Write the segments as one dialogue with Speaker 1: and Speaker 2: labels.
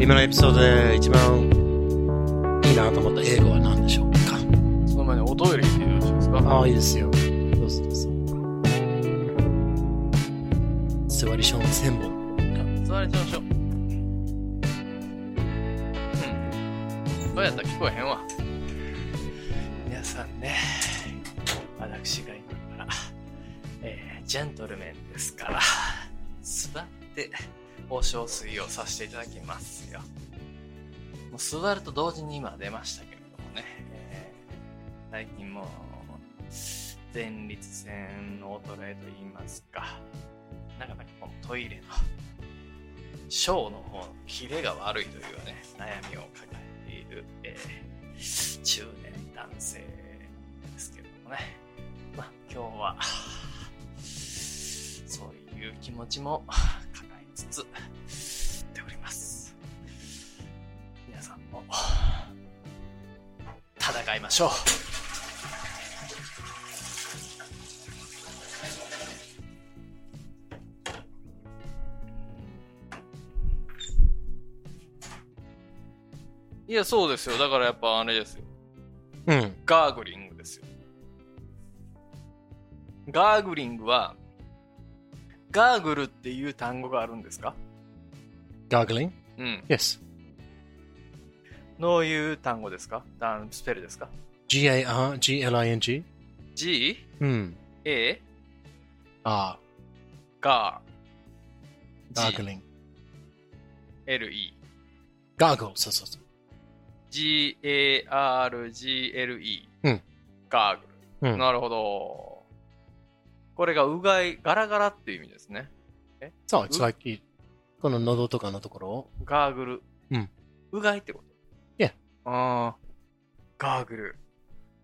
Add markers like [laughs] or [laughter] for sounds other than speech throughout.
Speaker 1: 今のエピソードで一番いいなと思った英語は何でしょうか
Speaker 2: その前におトイレ行ってよろしいですか
Speaker 1: ああ、いいですよ。どうぞどうぞ。座りション1000本。
Speaker 2: 座りちゃいましょう。うん。どうやったら聞こえへんわ。
Speaker 3: 皆さんね、私が今から、えージェントルメンですから、座って、お小水をさせていただきますよ。もう座ると同時に今出ましたけれどもね、えー最近もう、前立腺の衰えと言いますか、なかなかこのトイレの、小の方のキレが悪いというね、悩みを抱えている、えー中年男性ですけれどもね、まあ今日は、そういう気持ちも [laughs] 抱えつつ、やっております。皆さんも、戦いましょう。
Speaker 2: いや、そうですよ。だからやっぱあれですよ。
Speaker 1: うん。
Speaker 2: ガーグリングですよ。ガーグリングは、ガーグルっていう単語があるんですか
Speaker 1: ガーグリン
Speaker 2: うん。
Speaker 1: ?Yes.
Speaker 2: どういう単語ですかあのスペルですか
Speaker 1: G-A-R-G-L-I-N-G?
Speaker 2: ?G?
Speaker 1: うん。
Speaker 2: A?
Speaker 1: あ
Speaker 2: ガ
Speaker 1: ー、ガーグリン。
Speaker 2: ー。L-E。
Speaker 1: ガーグル、そうそうそう。
Speaker 2: G-A-R-G-L-E。
Speaker 1: うん。
Speaker 2: ガーグル。
Speaker 1: うん
Speaker 2: なるほど。これがうがい、ガラガラっていう意味ですね。
Speaker 1: そう、it's like it. この喉とかのところを。
Speaker 2: ガーグル。
Speaker 1: うん。
Speaker 2: うがいってこと
Speaker 1: Yeah
Speaker 2: ああ。ガーグル。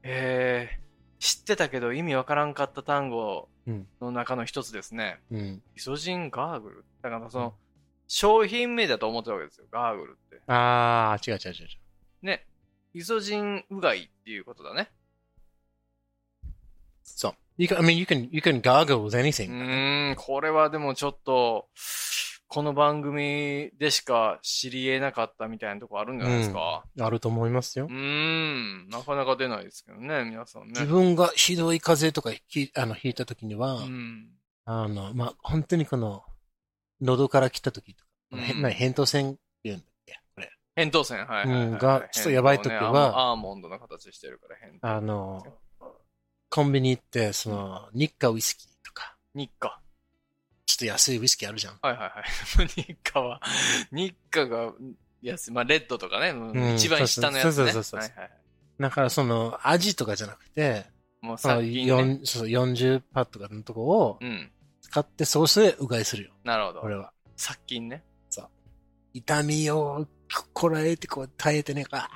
Speaker 2: ええ知ってたけど意味わからんかった単語
Speaker 1: うん
Speaker 2: の中の一つですね。
Speaker 1: うん。
Speaker 2: イソジンガーグルだからその、
Speaker 1: うん
Speaker 2: 商品名だと思ってるわけですよ。ガーグルって。
Speaker 1: あー、違う違う違う違う。
Speaker 2: ね。イソジンうがいっていうことだね。
Speaker 1: そう。You can, I mean, you can, you can gargle with
Speaker 2: う
Speaker 1: anything.
Speaker 2: ーん、これはでもちょっと、この番組でしか知り得なかったみたいなとこあるんじゃないですか。
Speaker 1: あると思いますよ
Speaker 2: うー。ん、なかなか出ないですけどね、皆さんね。
Speaker 1: 自分がひどい風邪とかひあのひいたときには、
Speaker 2: うん。
Speaker 1: あの、まあ、本当にこの、喉から来たときとか、このへ
Speaker 2: うん
Speaker 1: な扁桃腺っていうんだっけこれ。
Speaker 2: 扁桃腺、はいはいはい、
Speaker 1: うんがちょっとやばい時は
Speaker 2: 扁桃ねアーモアーモンドの形してるから、扁
Speaker 1: あの、コンビニ行って、その、日課ウイスキーとか、
Speaker 2: 日課。
Speaker 1: ちょっと安いウイスキーあるじゃん。
Speaker 2: はいはいはい。 [laughs] 日課は、日課が安い。まあ、レッドとかね、
Speaker 1: ん
Speaker 2: 一番下のやつ、ね。
Speaker 1: そうそうそうそう
Speaker 2: はいはいはい。
Speaker 1: だからその、味とかじゃなくて、
Speaker 2: もう
Speaker 1: その
Speaker 2: さっき、ね、
Speaker 1: 4そう40パッとかのとこを
Speaker 2: うん。
Speaker 1: 使って、そうしてうがいするよ、
Speaker 2: なるほど。
Speaker 1: 俺は。
Speaker 2: 殺菌ね。
Speaker 1: 痛みをここらえて、こう耐えてね、あ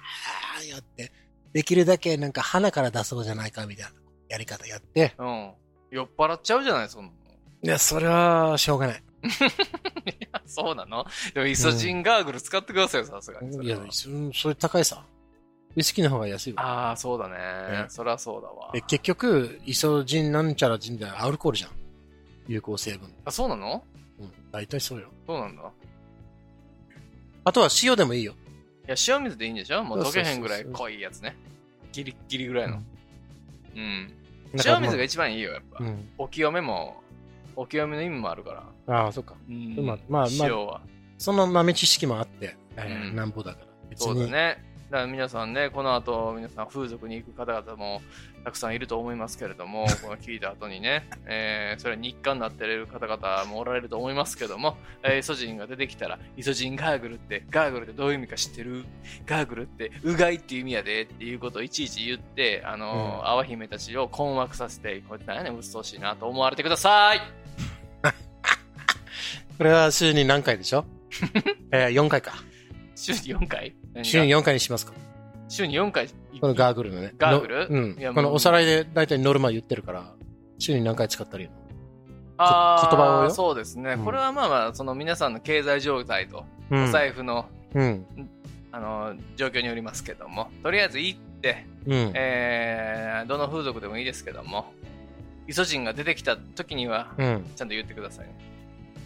Speaker 1: ーやって、できるだけなんか鼻から出そうじゃないかみたいなやり方やって、
Speaker 2: うん。酔っ払っちゃうじゃない、そん [laughs] なの。
Speaker 1: いや、それはしょうがない。
Speaker 2: いや、そうなのでも、イソジンガーグル使ってくださいよ、さすがにそ
Speaker 1: い
Speaker 2: れ
Speaker 1: や
Speaker 2: は。、
Speaker 1: そそれ高いさ。ウイスキーの方が安いわ。
Speaker 2: ああ、そうだね
Speaker 1: ね。
Speaker 2: そりゃそうだわ
Speaker 1: で。結局、イソジンなんちゃらジンみたいなアルコールじゃん。有効成分。
Speaker 2: あ、そうなの
Speaker 1: うん。大体そうよ。
Speaker 2: そうなんだ。い
Speaker 1: あとは塩でもいいよ。
Speaker 2: や、塩水でいいんでしょもう溶けへんぐらい
Speaker 1: そうそうそう
Speaker 2: 濃いやつね。ギリッギリぐらいの。うん。
Speaker 1: だから
Speaker 2: 塩水が一番いいよ、やっぱ
Speaker 1: まあ。うん。
Speaker 2: お清めも、お清めの意味もあるから。
Speaker 1: ああ、そっか。
Speaker 2: うん
Speaker 1: まあまあまあ
Speaker 2: 塩は。
Speaker 1: その豆知識もあって、えー
Speaker 2: うん
Speaker 1: なんぼだから。別
Speaker 2: そうだ
Speaker 1: に。
Speaker 2: ね。だから皆さんね、この後、皆さん風俗に行く方々もたくさんいると思いますけれども、 [laughs] この聞いた後にね、えーそれは日課になってる方々もおられると思いますけども、えーイソジンが出てきたら、イソジンガーグルって、ガーグルってどういう意味か知ってるガーグルって、うがいっていう意味やでっていうことをいちいち言って、あのー、淡姫たちを困惑させて、こいつ何やねん、うっそうしいなと思われてください
Speaker 1: これは週に何回で [laughs] しょえー、4回か。
Speaker 2: 週に4回何が
Speaker 1: 週に4回にしますか。
Speaker 2: 週に4回
Speaker 1: このガーグルのね。
Speaker 2: ガーグル
Speaker 1: の
Speaker 2: い
Speaker 1: うん。
Speaker 2: や
Speaker 1: この
Speaker 2: もう
Speaker 1: おさらいで大体ノルマ言ってるから、週に何回使ったらいいの
Speaker 2: あー
Speaker 1: 言葉をよ
Speaker 2: そうですね、
Speaker 1: うん
Speaker 2: これはまあまあその皆さんの経済状態と、
Speaker 1: う
Speaker 2: お
Speaker 1: ん。
Speaker 2: 財布の
Speaker 1: うん。
Speaker 2: あの状況によりますけどもとりあえず行って、
Speaker 1: うん。
Speaker 2: えーどの風俗でもいいですけどもイソジンが出てきた時には
Speaker 1: うん。
Speaker 2: ちゃんと言ってくださいね、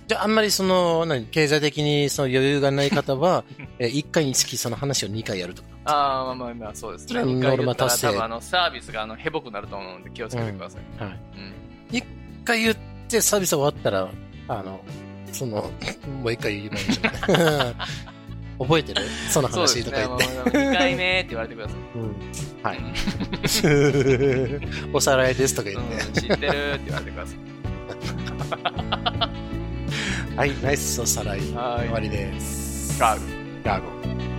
Speaker 1: じゃあ、あんまりその、何、経済的にその余裕がない方
Speaker 2: [laughs]
Speaker 1: は、え1回につきその話を2回やるとか。
Speaker 2: あーまあまあまあそうです
Speaker 1: そ
Speaker 2: ね
Speaker 1: れは
Speaker 2: 一回
Speaker 1: ノル
Speaker 2: 言っ
Speaker 1: マ
Speaker 2: たら
Speaker 1: 達成
Speaker 2: 多分あのサービスがあのヘボくなると思うんで気をつけてください、
Speaker 1: うんはい
Speaker 2: うん
Speaker 1: 1回言ってサービス終わったら、あの、その、 [laughs] もう1回言えばいいじゃない。 [laughs] 覚えてるその
Speaker 2: そう
Speaker 1: 話
Speaker 2: です
Speaker 1: と
Speaker 2: ね
Speaker 1: か言って。
Speaker 2: 2回目って言われ
Speaker 1: [laughs]
Speaker 2: てくださ
Speaker 1: う
Speaker 2: い、
Speaker 1: んはい
Speaker 2: うん [laughs]
Speaker 1: おさらい [laughs] ですとか言っ
Speaker 2: うん、知ってるって言われてくださ
Speaker 1: [laughs]
Speaker 2: い
Speaker 1: て。はい、ナイスおさらい。終
Speaker 2: はーい
Speaker 1: わりです。
Speaker 2: ガーグ
Speaker 1: ガーゴ。